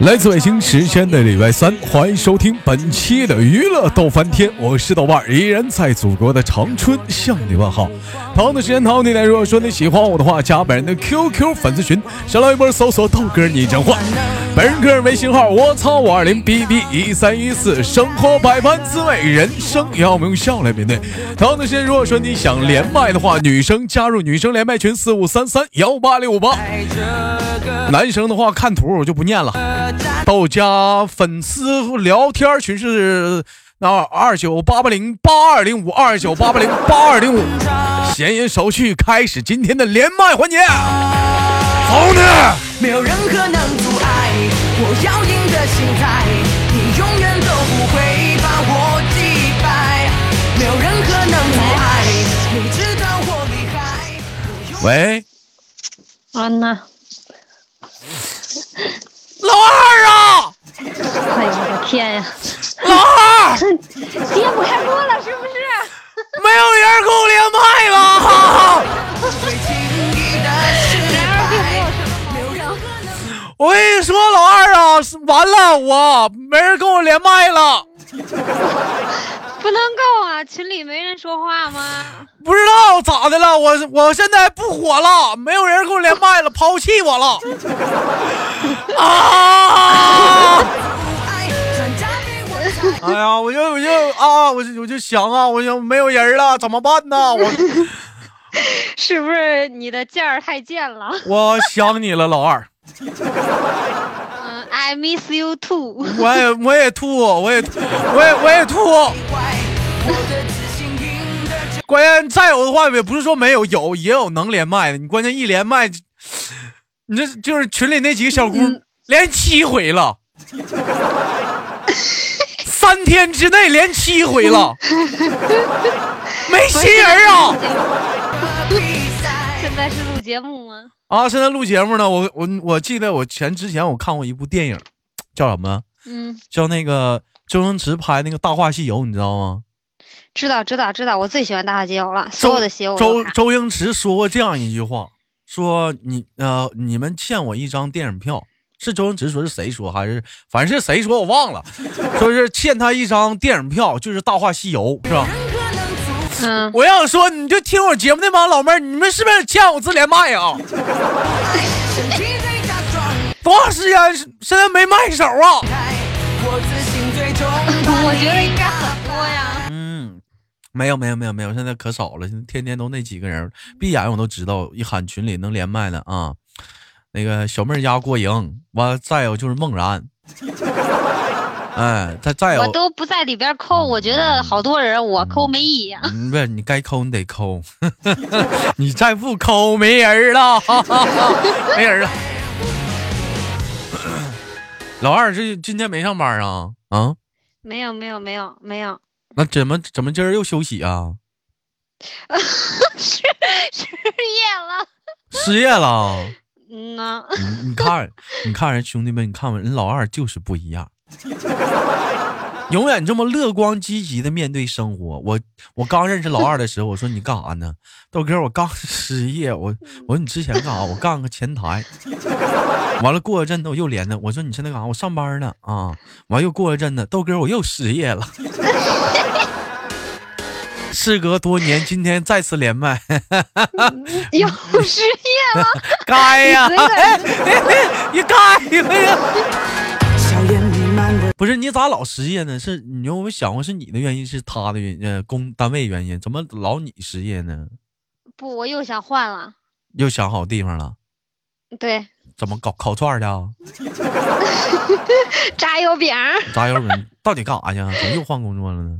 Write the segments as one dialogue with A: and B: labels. A: 来自北京时间的礼拜三，欢迎收听本期的娱乐逗翻天，我是豆瓣儿，依然在祖国的长春向你问好。同样的时间，同样的地点，如果说你喜欢我的话，加本人的 QQ 粉丝群，上来一波搜索“豆哥你真坏”，本人个人微信号：我操五二零 bb 一三一四。生活百般滋味，人生也要我们用笑来面对。同样的时间，如果说你想连麦的话，女生加入女生连麦群四五三三幺八六八。男生的话看图我就不念了。到家粉丝聊天群是那二九八八零八二零五二九八八零八二零五。闲言少叙，开始今天的连麦环节。走你！
B: 没有任何能阻碍我要赢的心态，你永远都不会把我击败。没有任何能阻碍，你知道我厉害。我永
A: 喂，
C: 安呐，
A: 老二啊，
C: 哎呀，我的天呀，
A: 老二，
C: 接不下锅了是不是？
A: 没有人跟我连麦了。
B: 不会轻易的失败。没有任何能阻
A: 我跟你说，老二啊，是完了，我没人跟我连麦了。
C: 不能够啊，群里没人说话吗？
A: 不知道咋的了，我我现在不火了，没有人跟我连麦了，抛弃我了。啊！
B: 碍，专家被我打
A: 哎呀，我就我就啊，我就我就想啊，我就没有人了，怎么办呢？我
C: 是不是你的劲儿太贱了？
A: 我想你了，老二，
C: 嗯，I miss you too。
A: 我也我也吐，我也我也我也吐。
B: 败，我的自信赢得这
A: 关键再有的话，也不是说没有，有也有能连麦的。你关键一连麦，你这就是群里那几个小姑、连七回 了，三天之内连七回了，没新人啊！
B: 比赛
C: 现。在是录节目吗？
A: 啊，现在录节目呢，我我我记得我前之前我看过一部电影，叫什么？
C: 嗯，
A: 叫那个周星驰拍那个《大话西游》，你知道吗？
C: 知道知道知道，我最喜欢大话西游了，所有的西游我都
A: 周
C: 看。
A: 周星驰说过这样一句话，说你呃你们欠我一张电影票，是周星驰说是谁说还是反正是谁说我忘了， 说是欠他一张电影票，就是《大话西游》是吧？
C: 嗯，
A: 我要说你就听我节目那帮老妹儿，你们是不是欠我自连麦啊？
B: 身体在假装
A: 多长时间是现在没麦手啊？
B: 开，我自信最终把
C: 我
B: 你
C: 觉得应该很多呀。
A: 嗯，没有没有没有没有，现在可少了，现在天天都那几个人儿，闭眼我都知道，一喊群里能连麦的啊，那个小妹儿家过赢，完再有就是梦然，哎，再再有
C: 我，都不在里边扣，我觉得好多人我扣没意义啊。
A: 嗯不是你该抠你得抠， 你再不抠没人儿了，没人儿了。 老二这今天没上班啊？啊，
C: 没有没有没有没有，
A: 那怎么怎么今儿又休息啊？
C: 失失业了。
A: 失业了？
C: 嗯呐，
A: 你你看，你看人兄弟们，你看吧，人老二就是不一样，永远这么乐观积极的面对生活。我我刚认识老二的时候，我说你干啥呢？豆哥，我刚失业，我我说你之前干啥？我干个前台。完了过一阵子我又连着，我说你现在干啥？我上班呢啊。完又过一阵子，豆哥我又失业了。 事隔多年，今天再次连麦，
C: 有失业了。
A: 该呀、哎
C: 你随便
A: 你该了呀。
B: 硝烟弥漫我
A: 不是你咋老失业呢？是你有没有想过是你的原因，是他的原因，呃，工单位原因？怎么老你失业呢？
C: 不，我又想换了。
A: 又想好地方了？
C: 对，
A: 怎么搞烤串儿去啊？
C: 炸油饼儿，
A: 咋有人 到底干啥去啊？怎么又换工作了呢？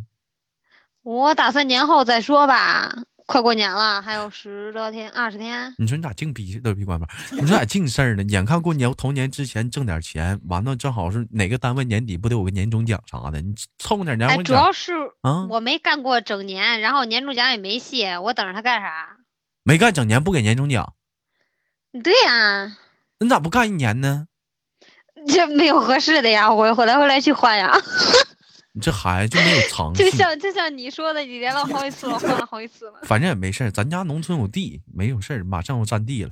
C: 我打算年后再说吧。快过年了，还有十多天、二十天。
A: 你说你咋净逼都逼关门？你说咋净事儿呢？眼看过年头年之前挣点钱，完了正好是哪个单位年底不得有个年终奖啥的？你凑点年
C: 哎，
A: 终
C: 主
A: 奖
C: 要是
A: 啊？
C: 我没干过整年，然后年终奖也没卸，我等着他干啥？
A: 没干整年不给年终奖，
C: 对呀、
A: 那你咋不干一年呢？嗯
C: 这没有合适的呀，我回来回来去换呀。
A: 你这孩子就没有常识
C: 就，像就像你说的，你连了好几次了，换了好几次了，
A: 反正也没事儿。咱家农村有地，没有事儿，马上要占地了，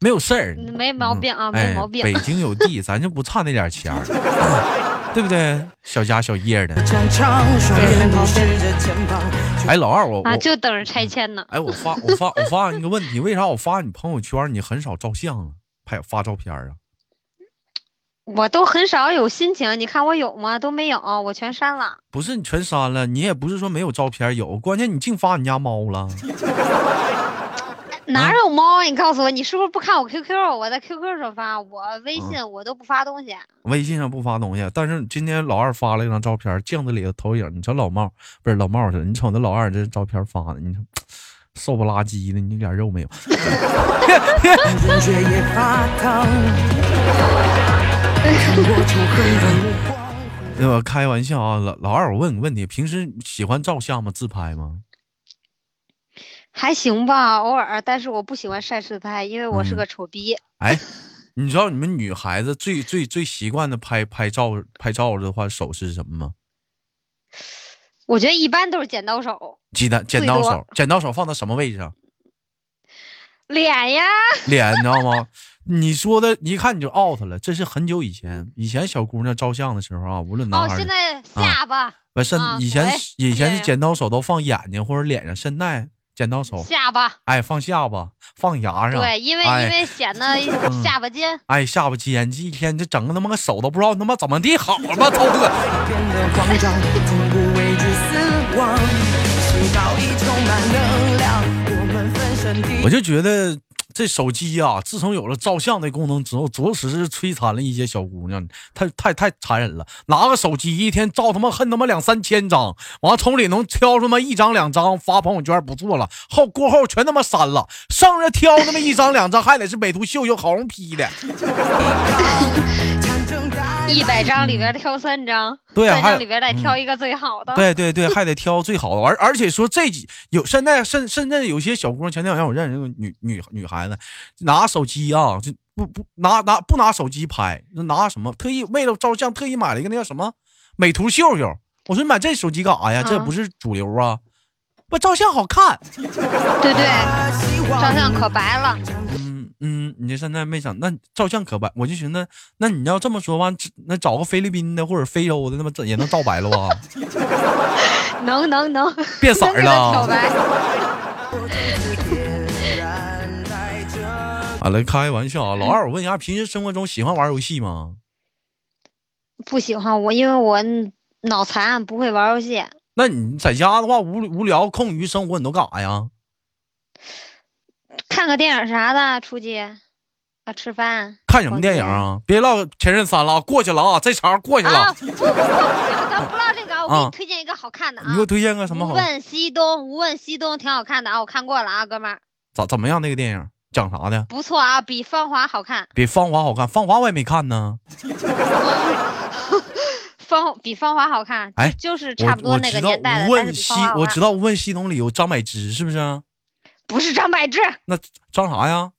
A: 没有事儿。
C: 嗯没毛病啊，
A: 嗯
C: 没
A: 哎
C: 毛病。
A: 北京有地，咱就不差那点钱儿， 对不对？小家小业的。
B: 战场，双眼凝视着前方。
A: 哎，老二，我我
C: 啊，就等着拆迁呢。
A: 哎，我发我发我发你个问题，为啥我发你朋友圈你很少照相啊？拍发照片啊？
C: 我都很少有心情，你看我有吗？都没有，我全删了。
A: 不是你全删了，你也不是说没有照片有，关键你净发你家猫了。
C: 哪有猫？你告诉我，你是不是不看我 QQ？我在 QQ 上发，我微
A: 嗯
C: 信我都不发东西。
A: 微信上不发东西，但是今天老二发了一张照片，镜子里的投影，你瞅老帽不是老帽似的，你瞅那老二这照片发的，你瞅瘦不拉几的，你一点肉没有。
B: 人血也发烫。看过仇恨的目光。
A: 那我开玩笑啊，老老二，我问你个问题，平时喜欢照相吗？自拍吗？
C: 还行吧，偶尔，但是我不喜欢晒自拍，因为我是
A: 嗯
C: 个丑逼。
A: 哎，你知道你们女孩子最最最习惯的拍拍照拍照的话手势是什么吗？
C: 我觉得一般都是剪刀手，
A: 鸡蛋剪
C: 最
A: 刀
C: 多
A: 手，剪刀手放到什么位置上？
C: 脸呀，
A: 脸，你知道吗？你说的，一看你就 out 了。这是很久以前，以前小姑娘照相的时候啊，无论男
C: 哦，
A: 孩儿
C: 现
A: 女
C: 在下巴、
A: 完甚
C: 啊
A: 以前
C: 喂
A: 是以前
C: 对
A: 是剪刀手都放眼睛或者脸上，现在剪刀手
C: 下巴，
A: 哎放下巴放牙上，
C: 对，因为、
A: 哎
C: 因为显得下巴尖。
A: 哎下巴尖，这一天这整个他妈个手都不知道他妈怎么地好了吧，涛哥，
B: 变得慌张，从不畏惧死亡。祈祷已充满能量，我们分身抵
A: 我就觉得。这手机呀、自从有了照相的功能之后，着实是摧残了一些小姑娘，太太太残忍了。拿个手机一天照他妈恨他妈两三千张，完从里能挑他妈一张两张发朋友圈不做了，后过后全他妈删了，剩下挑他妈一张两张还得是美图秀秀好红 P 的。
B: 强挣扎。
C: 一百张里边挑三张，
A: 嗯对啊
C: 三
A: 还
C: 张里边再挑一个最好的。
A: 对对对，还得挑最好的，而而且说这几有现在甚甚至有些小姑娘，前两天我认识那个女女女孩子，拿手机啊，就不不拿拿不拿手机拍，拿什么特意为了照相特意买了一个那叫什么美图秀秀，我说你买这手机干啥呀？这
C: 啊
A: 不是主流啊，不照相好看。
C: 对对，
B: 希望
C: 照相可白了。
A: 嗯嗯，你这现在没想那照相可白，我就寻思那你要这么说吧，那找个菲律宾的或者非洲的，那么这也能照白了 吧？
C: 能能能，
A: 变色
C: 能
A: 儿
C: 给它
A: 了
C: 漂白。
B: 点燃在这
A: 啊，来开玩笑啊！老
C: 嗯
A: 二，我问一下，平时生活中喜欢玩游戏吗？
C: 不喜欢我，因为我脑残，不会玩游戏。
A: 那你在家的话，无无聊、空余生活，你都干啥呀？
C: 看个电影啥的，出去啊吃饭。
A: 看什么电影啊？别唠《前任三》了，过去了啊，这茬过去了。
C: 啊，不不不，咱不唠这个啊，我给
A: 啊
C: 你推荐一个好看的啊
A: 你给。我推荐个什么
C: 无
A: 好？
C: 问西东，无问西东挺好看的啊，我看过了啊，哥们儿，
A: 咋怎么样？那个电影讲啥的？
C: 不错啊，比《芳华》好看，
A: 比《芳华》好看，《芳华》我也没看呢。
C: 芳比《芳华》好看，
A: 哎
C: 就是
A: 我
C: 差不多
A: 我
C: 那
A: 知
C: 个
A: 道
C: 年代的，
A: 无
C: 但是
A: 问
C: 比《
A: 西
C: 芳华》，好
A: 我知
C: 看。
A: 道《无问西东》里有张柏芝，是不是啊？
C: 不是张柏芝，
A: 那张啥呀？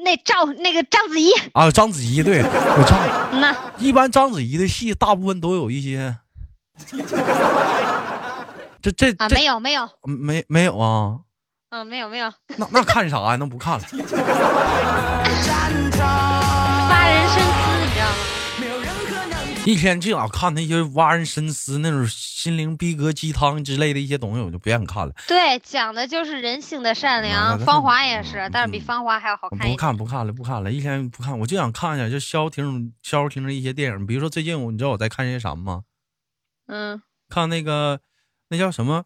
C: 那赵那个章子怡，
A: 啊，章子怡对，我张
C: 那
A: 一般章子怡的戏大部分都有一些，这这
C: 啊
A: 这
C: 没有没有，
A: 没没有啊？
C: 嗯没有没有，
A: 那那看啥呀？那不看了。
B: 战场，
C: 发人深思，你知道吗？
B: 没有任何能
A: 一天净老看那些挖人深思、那种心灵逼格鸡汤之类的一些东西，我就不愿意看了。
C: 对，讲的就是人性的善
A: 啊
C: 良，
A: 那
C: 芳
A: 那
C: 华也是
A: 嗯，
C: 但是比
A: 嗯
C: 芳华还要好
A: 我
C: 看一
A: 不
C: 点。
A: 看，不看了，不看了，一天不看。我就想看一下，就消停、消停的一些电影。比如说最近我，你知道我在看些什么吗？
C: 嗯，
A: 看那个，那叫什么？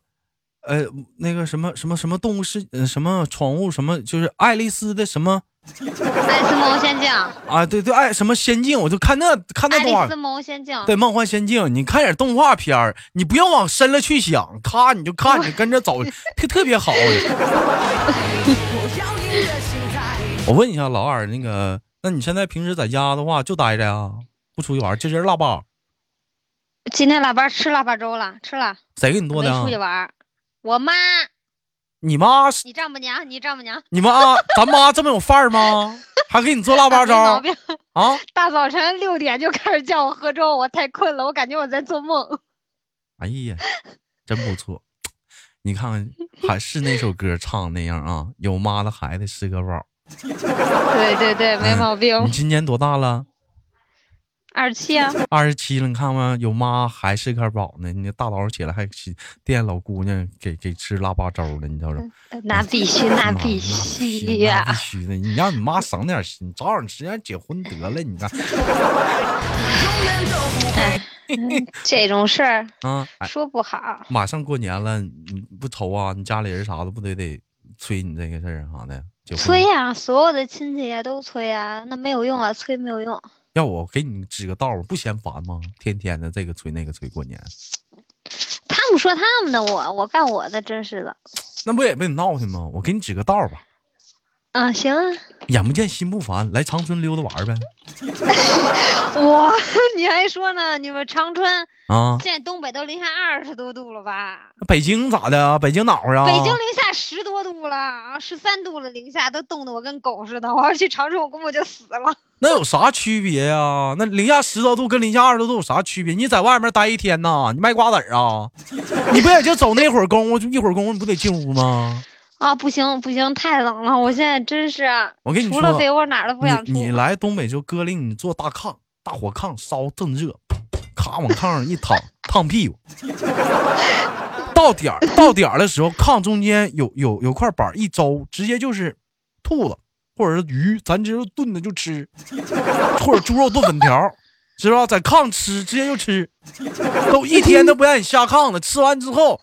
A: 呃，那个什么什么什么动物世，呃，什么宠物什么，就是爱丽丝的什么
C: 爱斯蒙仙境，
A: 啊？对对，爱什么仙境？我就看那看那
C: 爱
A: 动画
C: 丽丝。梦游仙境。
A: 对《梦幻仙境》，你看点动画片儿，你不用往深了去想，咔你就看，你跟着走，特特别好。
B: 我要赢的心态。
A: 我问一下老二，那个，那你现在平时在家的话就待着呀，不出去玩，这人腊八，
C: 今天腊八吃腊八粥了，吃了，
A: 谁给你做
C: 没
A: 的啊
C: 出去？玩儿。我妈，
A: 你妈是，
C: 你丈母娘，你丈母娘，
A: 你妈，咱妈这么有范儿吗？还给你做腊八粥
C: 没毛
A: 啊？
C: 病。
A: 啊
C: 大早晨六点就开始叫我喝粥，我太困了，我感觉我在做梦。
A: 哎呀，真不错。你看看，还是那首歌唱那样啊，有妈的孩子是个宝。
C: 对对对，没毛病。
A: 你今年多大了？
C: 二十七啊，
A: 二十七了，你看看，有妈还是个宝呢。你大早上起来还起惦老姑娘给给吃腊八粥呢，你瞅瞅。
C: 那必须，那
A: 嗯
C: 嗯必须呀、
A: 那必须的。你让你妈省点心，早点时间结婚得了。你看
B: 永远都不会
C: 这种事儿
A: 啊，哎，
C: 说不好。
A: 马上过年了，你不愁啊？你家里人啥的不得得催你这个事儿啥的？结婚
C: 催呀、所有的亲戚呀都催呀、那没有用啊，催没有用。
A: 要我给你指个道儿，不嫌烦吗？天天的这个催那个催，过年
C: 他们说他们的我，我干我的，真是的。
A: 那不也被你闹腾吗？我给你指个道儿吧，
C: 啊，行啊，
A: 眼不见心不烦，来长春溜达玩儿呗
C: 我 你还说呢？你们长春
A: 啊！
C: 现在东北都零下二十多度了吧？
A: 那北京咋的啊？北京哪儿啊？
C: 北京零下十多度了，啊，十三度了，零下都冻得我跟狗似的。我要去长春，我估计就死了。
A: 那有啥区别呀、那零下十多度跟零下二十多度有啥区别？你在外面待一天呐，你卖瓜子儿啊？你不也就走那会儿工，就一会儿工，你不得进屋吗？
C: 啊，不行不行，太冷了，我现在真是啊，
A: 我跟你
C: 除
A: 说，
C: 了被窝哪儿都不想出。
A: 你你来东北就哥令你坐大炕，大火炕烧正热，咔往炕上一躺，烫屁股。到点儿到点儿的时候，炕中间有有有块板儿一周，直接就是兔子或者是鱼，咱直接炖着就吃，或者猪肉炖粉条儿，知道吧？在炕吃，直接就吃，都一天都不让你下炕了。吃完之后，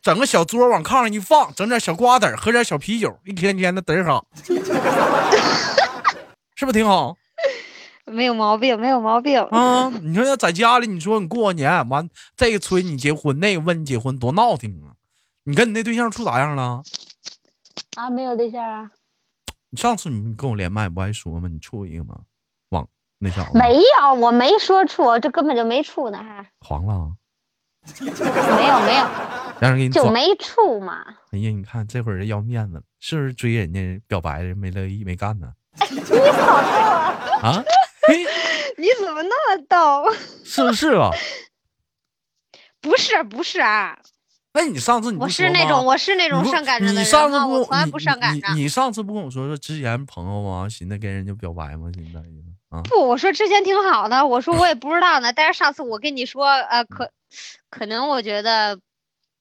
A: 整个小桌往炕上一放，整点小瓜子儿，喝点小啤酒，一天天的嘚儿哈，是不是挺好？
C: 没有毛病，没有毛病。
A: 啊，你说要在家里，你说你过年完这个催你结婚，那个问你结婚，多闹挺啊！你跟你那对象处咋样了？
C: 啊，没有对象啊？
A: 你上次你跟我连麦不还说吗？你处一个吗？往那啥
C: 没有，我没说处，这根本就没处呢，还
A: 黄了啊，
C: 没有没有，
A: 让人给你
C: 就
A: 转。
C: 没处嘛。
A: 哎呀，你看这会儿人要面子了，是不是追人家表白人没乐意没干呢？
C: 哎
A: 你好逗啊！啊，嘿，
C: 你怎么那么逗？
A: 是不是啊？
C: 不是不是啊，
A: 那你上次你不
C: 我是
A: 说
C: 那
A: 吗
C: 种我是那种
A: 你不
C: 上赶着的
A: 你
C: 人
A: 上次
C: 啊
A: 不
C: 我
A: 跟
C: 从来
A: 你
C: 不上赶着。
A: 你你上次不跟我说说之前朋友吗？寻思跟人家表白吗？寻思啊，
C: 不，我说之前挺好的，我说我也不知道呢，但是上次我跟你说，呃，可可能我觉得，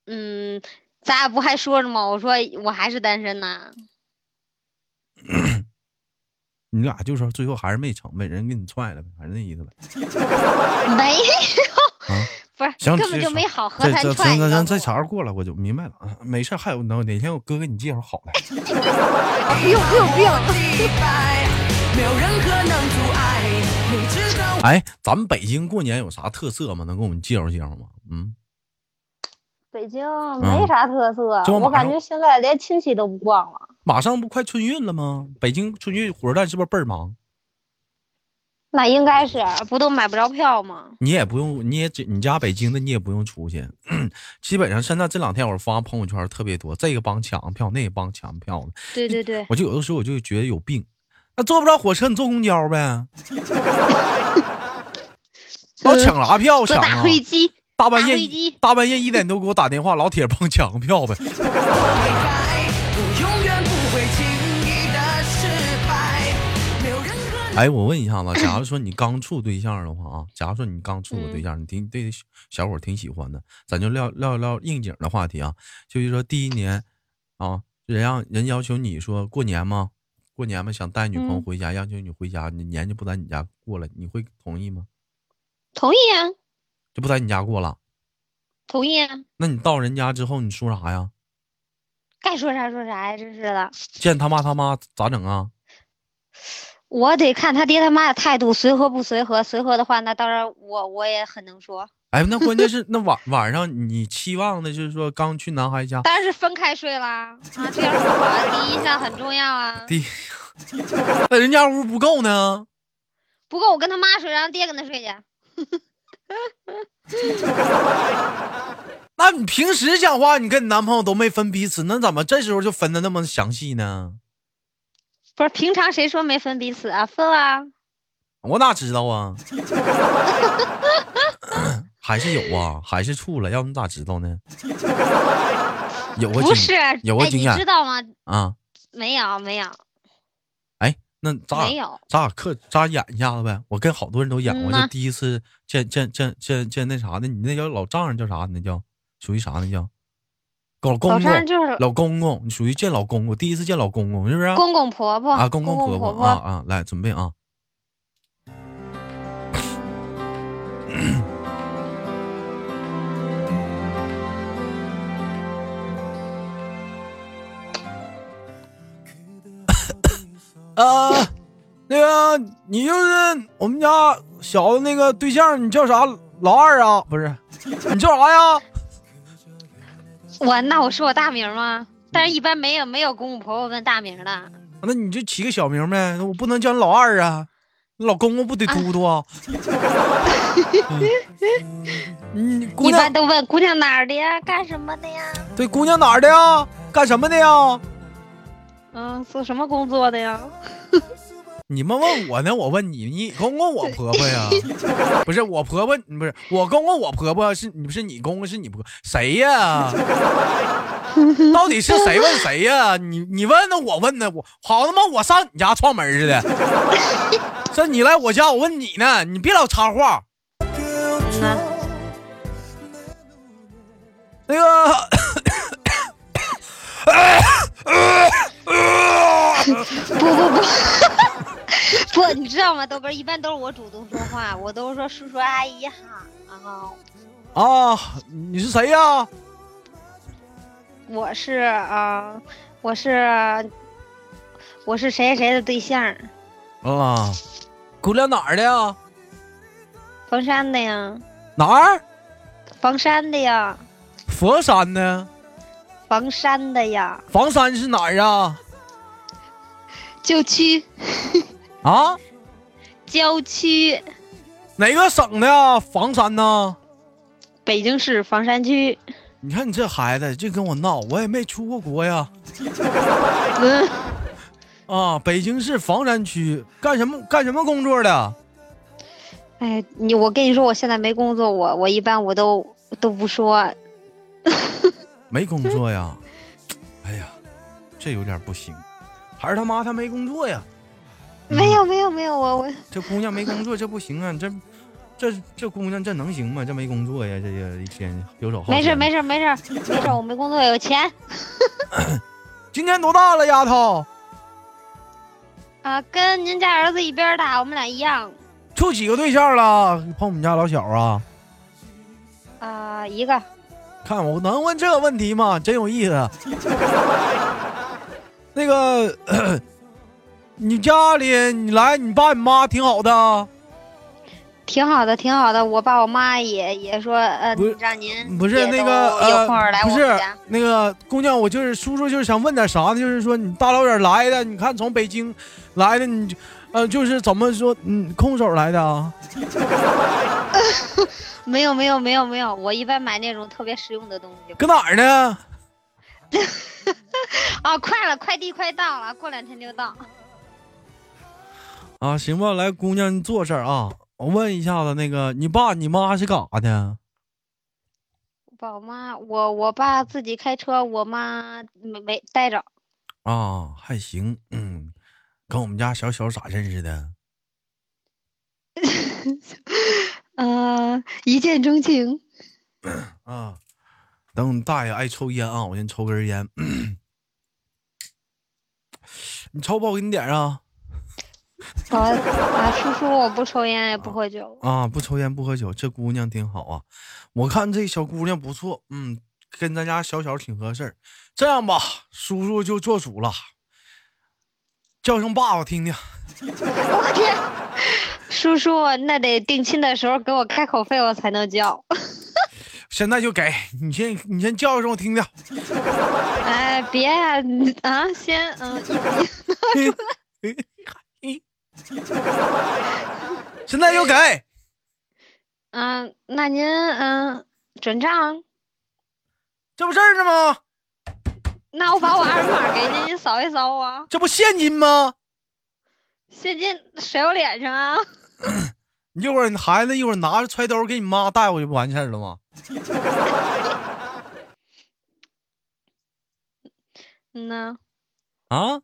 C: 嗯，咱俩不还说着吗？我说我还是单身呢。
A: 你俩就说最后还是没成呗，人给你踹了呗，还是那意 思呗。
C: 没 有，
A: 啊
C: 不是，
A: 行
C: 根本
A: 这
C: 就
A: 事
C: 没好合
A: 这
C: 才
A: 这
C: 踹
A: 这
C: 你
A: 这
C: 告
A: 这
C: 诉
A: 茬儿过了我就明白了啊，没事儿，还有哪哪天我哥给你介绍好 的。
C: 我不用不用不用，
B: 击败，没有任何能阻碍。你知道
A: 哎，咱们北京过年有啥特色吗？能给我们介绍介绍吗？嗯，
C: 北京
A: 嗯
C: 没啥特色，
A: 就
C: 我
A: 马
C: 感
A: 上
C: 觉现在连亲戚都不逛了。
A: 马上不快春运了吗？北京春运火车站是不是倍儿忙？
C: 那应该是不都买不着票吗？
A: 你也不用，你也只你家北京的你也不用出去。 基本上现在这两天我发朋友圈特别多，这个帮抢票，那个帮抢票的，
C: 对对对，
A: 我就有的时候我就觉得有病。那坐不着火车，你坐公交呗。老抢啥票
C: 呃坐
A: 抢
C: 大
A: 啊？
C: 飞机，
A: 大半
C: 大飞
A: 夜
C: 机
A: 大半夜一点多给我打电话，老铁帮抢个票呗。
B: 未来，我永远不会轻易的失败。没有任何能
A: 哎，我问一下子，假如说你刚处对象的话啊，假如说你刚处
C: 嗯
A: 个对象，你挺对这小伙儿挺喜欢的，咱就聊聊聊应景的话题啊，就是说第一年啊，人让人要求你说过年吗？过年嘛，想带女朋友
C: 嗯
A: 回家，要求你回家，你年就不在你家过了，你会同意吗？
C: 同意啊，
A: 就不在你家过了？
C: 同意啊，
A: 那你到人家之后，你说啥呀？
C: 该说啥说啥呀，真是的。
A: 见他妈他妈咋整啊？
C: 我得看他爹他妈的态度，随和不随和。随和的话，那当然我我也很能说。
A: 哎，那关键是那晚晚上你期望的就是说刚去男孩家，
C: 当然是分开睡啦，啊，这样不好啊，第一印象很重要啊。
A: 第一 那人家屋不够呢。
C: 不过我跟他妈睡，让他爹跟他睡去。
A: 那你平时讲话，你跟你男朋友都没分彼此，那怎么这时候就分的那么详细呢？
C: 不是平常谁说没分彼此啊？分啊，
A: 我哪知道啊？ 还是有啊，还是处了，要你咋知道呢？有过
C: 不
A: 经
C: 是，哎，
A: 有过经
C: 你
A: 验
C: 知道吗？
A: 啊？
C: 没有，没有，
A: 哎，那咱俩
C: 没有
A: 咱俩客咱俩演一下子呗。我跟好多人都演
C: 嗯
A: 过，
C: 呐
A: 就第一次见见见见见那啥的，你那叫老丈人叫啥？你那叫属于啥？那叫老公
C: 早
A: 公，
C: 上就是
A: 老公公，你属于见老公公，第一次见老公公是不是？
C: 公公婆婆
A: 啊，公
C: 公
A: 婆
C: 婆
A: 啊啊，来准备啊。啊，那个，你就是我们家小的那个对象，你叫啥？老二啊？不是，你叫啥呀？
C: 我那我说我大名吗？但是一般没有没有公公婆婆问大名的。
A: 那你就起个小名呗，我不能叫你老二啊，你老公公不得突突啊？ 嗯，你姑
C: 一般
A: 娘
C: 都问姑娘哪儿的呀，干什么的呀？
A: 对姑娘哪儿的呀？干什么的呀？
C: 嗯，做什么工作的呀？
A: 你们问我呢，我问你，你公公我婆婆呀？ 不是我婆婆，不是我公公我婆婆，是你不是你公公是你婆谁呀？ 到底是谁问谁呀？你你问那我问呢？我好他妈我上你家串门似的， 这你来我家我问你呢，你别老插话。
C: 嗯呐，
A: 那个，
C: 不不不。不，你知道吗？豆哥一般都是我主动说话，我都是说叔叔阿姨好，然后
A: 啊，你是谁呀？
C: 我是啊、呃我是我是谁谁谁的对象，
A: 啊，姑娘哪儿的呀？
C: 房山的呀，
A: 哪儿？
C: 房山的呀，
A: 佛山呢？
C: 房山的呀，
A: 房山是哪儿啊？
C: 旧区
A: 啊，
C: 郊区，
A: 哪个省的呀？房山呢？
C: 北京市房山区。
A: 你看你这孩子就跟我闹，我也没出过国呀。
C: 嗯，
A: 啊，北京市房山区干什么干什么工作的？
C: 哎，你我跟你说，我现在没工作，我我一般我都都不说。
A: 没工作呀？哎呀，这有点不行，还是他妈他没工作呀？
C: 没有没有没有，我我
A: 这姑娘没工作，这不行啊！这这这姑娘这能行吗？这没工作呀，这也一天游手好闲。
C: 没事没事没事没事，我没工作，有钱
A: 今年多大了，丫头？
C: 啊，跟您家儿子一边儿大，我们俩一样
A: 处几个对象了？碰我们家老小啊？
C: 啊，一个
A: 看我能问这个问题吗？真有意思。啊 那个， 你家里你来，你爸你妈挺好的啊，
C: 挺好的挺好的。我爸我妈也也说，呃
A: 不是，
C: 让您
A: 不是
C: 也
A: 那
C: 都
A: 个
C: 有空儿
A: 呃，
C: 来
A: 不
C: 我
A: 是
C: 们家。
A: 那个姑娘，我就是叔叔，就是想问点啥呢？就是说你大老远来的，你看从北京来的，你就呃，就是怎么说，嗯，空手来的啊？
C: 没有没有没有没有，我一般买那种特别实用的东西
A: 搁哪儿呢？
C: 啊。快了，快递快到了，过两天就到。
A: 啊，行吧，来，姑娘，你坐这儿啊。我问一下子，那个你爸你妈是干啥的？
C: 我爸我妈，我我爸自己开车，我妈没没带着。
A: 啊，还行，嗯，跟我们家小小咋认识的？
C: 呃，一见钟情。
A: 啊，等你大爷爱抽烟啊，我先抽根烟。 你抽吧，我给你点儿啊。
C: 我啊，叔叔，我不抽烟，也不喝酒。
A: 啊，不抽烟不喝酒，这姑娘挺好啊。我看这小姑娘不错，嗯，跟咱家小小挺合适儿。这样吧，叔叔就做主了，叫声爸爸听听。
C: 我天， 叔叔，那得定亲的时候给我开口费，我才能叫。
A: 现在就给你先，你先叫一声我听 听。
C: 哎，别呀、你啊，先嗯，一
A: 现在就给。
C: 嗯，那您嗯转账，
A: 这不事儿呢吗？
C: 那我把我二维码给您，您扫一扫我，
A: 这不现金吗？
C: 现金甩我脸上啊。
A: 你一会儿你孩子一会儿拿着揣兜给你妈带回去不完事儿了吗？
C: 嗯呐，
A: 啊，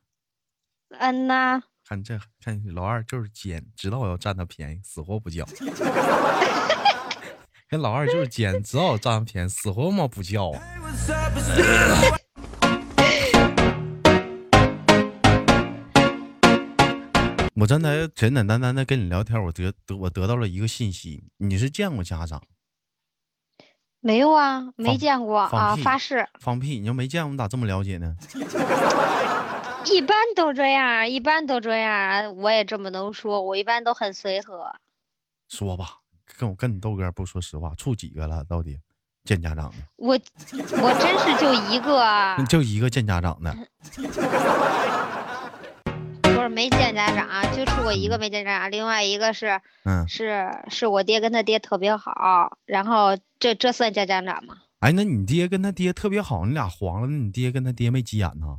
C: 嗯呐，
A: 看这看老二就是奸，知道我要占他便宜，死活不叫。 看老二就是奸，知道我占他便宜，死活他妈不叫啊！我刚才简简单单的跟你聊天，我得得我得到了一个信息，你是见过家长
C: 没有啊，没
A: 放
C: 见过
A: 放
C: 啊，
A: 屁
C: 发誓，
A: 放屁，你要没见过，你咋这么了解呢？
C: 一般都这样儿，一般都这样儿，我也这么能说，我一般都很随和。
A: 说吧，跟我跟你豆哥不说实话，处几个了？到底见家长的，
C: 我我真是就一个啊，
A: 就一个见家长的。
C: 不是没见家长啊，就处过一个没见家长，另外一个是
A: 嗯，
C: 是是我爹跟他爹特别好，然后这这算见家长吗？
A: 哎，那你爹跟他爹特别好，你俩黄了，那你爹跟他爹没急眼呐？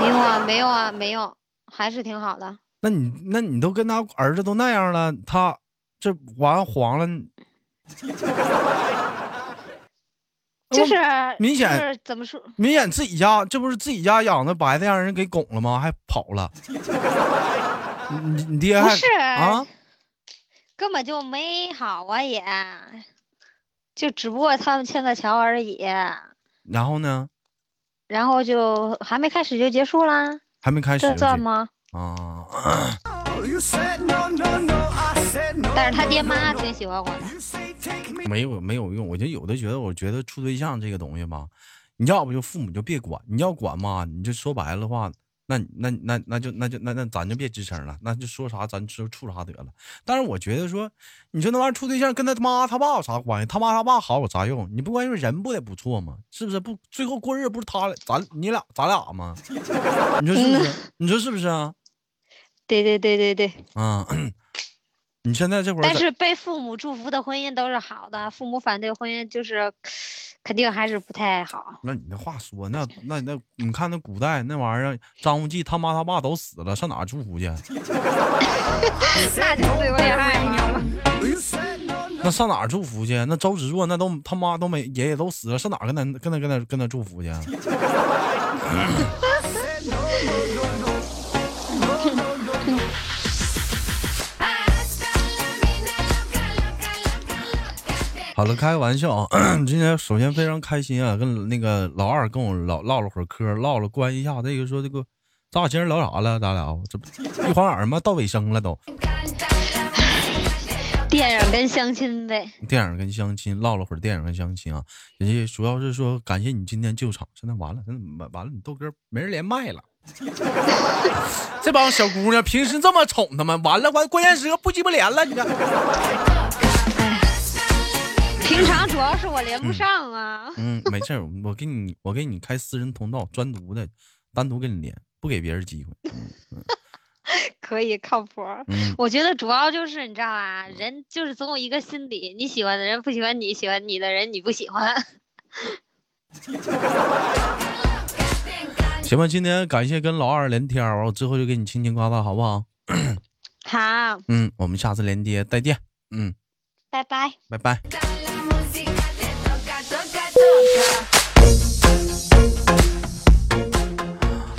C: 没有啊，没有啊，没有，还是挺好的。
A: 那你那你都跟他儿子都那样了，他这完黄了，
C: 就是
A: 哦明显
C: 就是怎么说，
A: 明显自己家这不是自己家养的白的让人给拱了吗？还跑了，你你爹
C: 不
A: 还
C: 是
A: 啊？
C: 根本就没好啊也，就只不过他们牵个桥而已，
A: 然后呢？
C: 然后就还没开始就结束啦，
A: 还没开始
C: 这
A: 就
C: 算
A: 这
C: 吗？
A: 啊？
C: 但是他爹妈挺喜欢我的，
A: 没有没有用，我就有的觉得，我觉得处对象这个东西吧，你要不就父母就别管，你要管嘛，你就说白了的话，那那那那就那就那那咱就别吱声了，那就说啥咱就处啥得了。但是我觉得说，你说那玩意儿处对象跟他妈他爸有啥关系？他妈他爸好有啥用？你不关键人不得不错吗？是不是？不最后过日子不是他俩咱你俩咱俩吗？ 你说是
C: 嗯
A: 不是？你说是不是啊？
C: 对对对对对。
A: 啊、 你现在这会儿
C: 但
A: 在
C: 是被父母祝福的婚姻都是好的，父母反对婚姻就是肯定还是不太好。
A: 那你那话说，那那那，你看那古代那玩意儿，张无忌他妈他爸都死了，上哪儿祝福去？
C: 那就是对我恋爱吗？
A: 那上哪儿祝福去？那周芷若那都他妈都没爷爷都死了，上哪儿跟他跟他跟他跟他祝福去？好了，开个玩笑啊！ 今天首先非常开心啊，跟那个老二跟我老唠了会儿嗑，唠了关于一下这个说这个，咱俩今儿聊啥了？咱俩这不一晃眼儿嘛到尾声了都。
C: 电影跟相亲呗，
A: 电影跟相亲唠了会儿，电影跟相亲啊，人家主要是说感谢你今天救场，现在完了，现在完完了，你豆哥没人连麦了。 这帮小姑娘平时这么宠他们，完了关关键时刻不鸡巴连了，你看，
C: 平常主要是我连不上啊。
A: 嗯，没事儿，我给你我给你开私人通道，专独的，单独跟你连，不给别人机会。
C: 可以靠谱儿。
A: 嗯
C: 我觉得主要就是你知道吧，人就是总有一个心理，你喜欢的人不喜欢你，喜欢你的人你不喜欢。
A: 行吧，今天感谢跟老二连天儿，完我之后就给你轻轻夸夸，好不好？
C: 好，
A: 嗯，我们下次连接再见，嗯，
C: 拜拜。
A: 拜拜。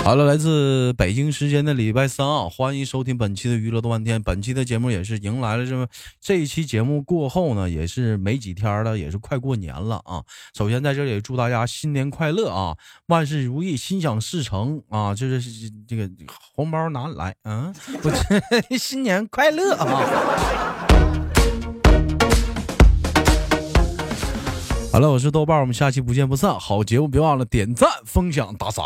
A: 好了，来自北京时间的礼拜三啊，欢迎收听本期的娱乐多半天。本期的节目也是迎来了这么这一期节目过后呢，也是没几天了，也是快过年了啊。首先在这里祝大家新年快乐啊，万事如意，心想事成啊！就是这个红包拿来，嗯，我这 新年快乐啊！好了，我是豆瓣儿，我们下期不见不散。好节目别忘了点赞、分享、打赏。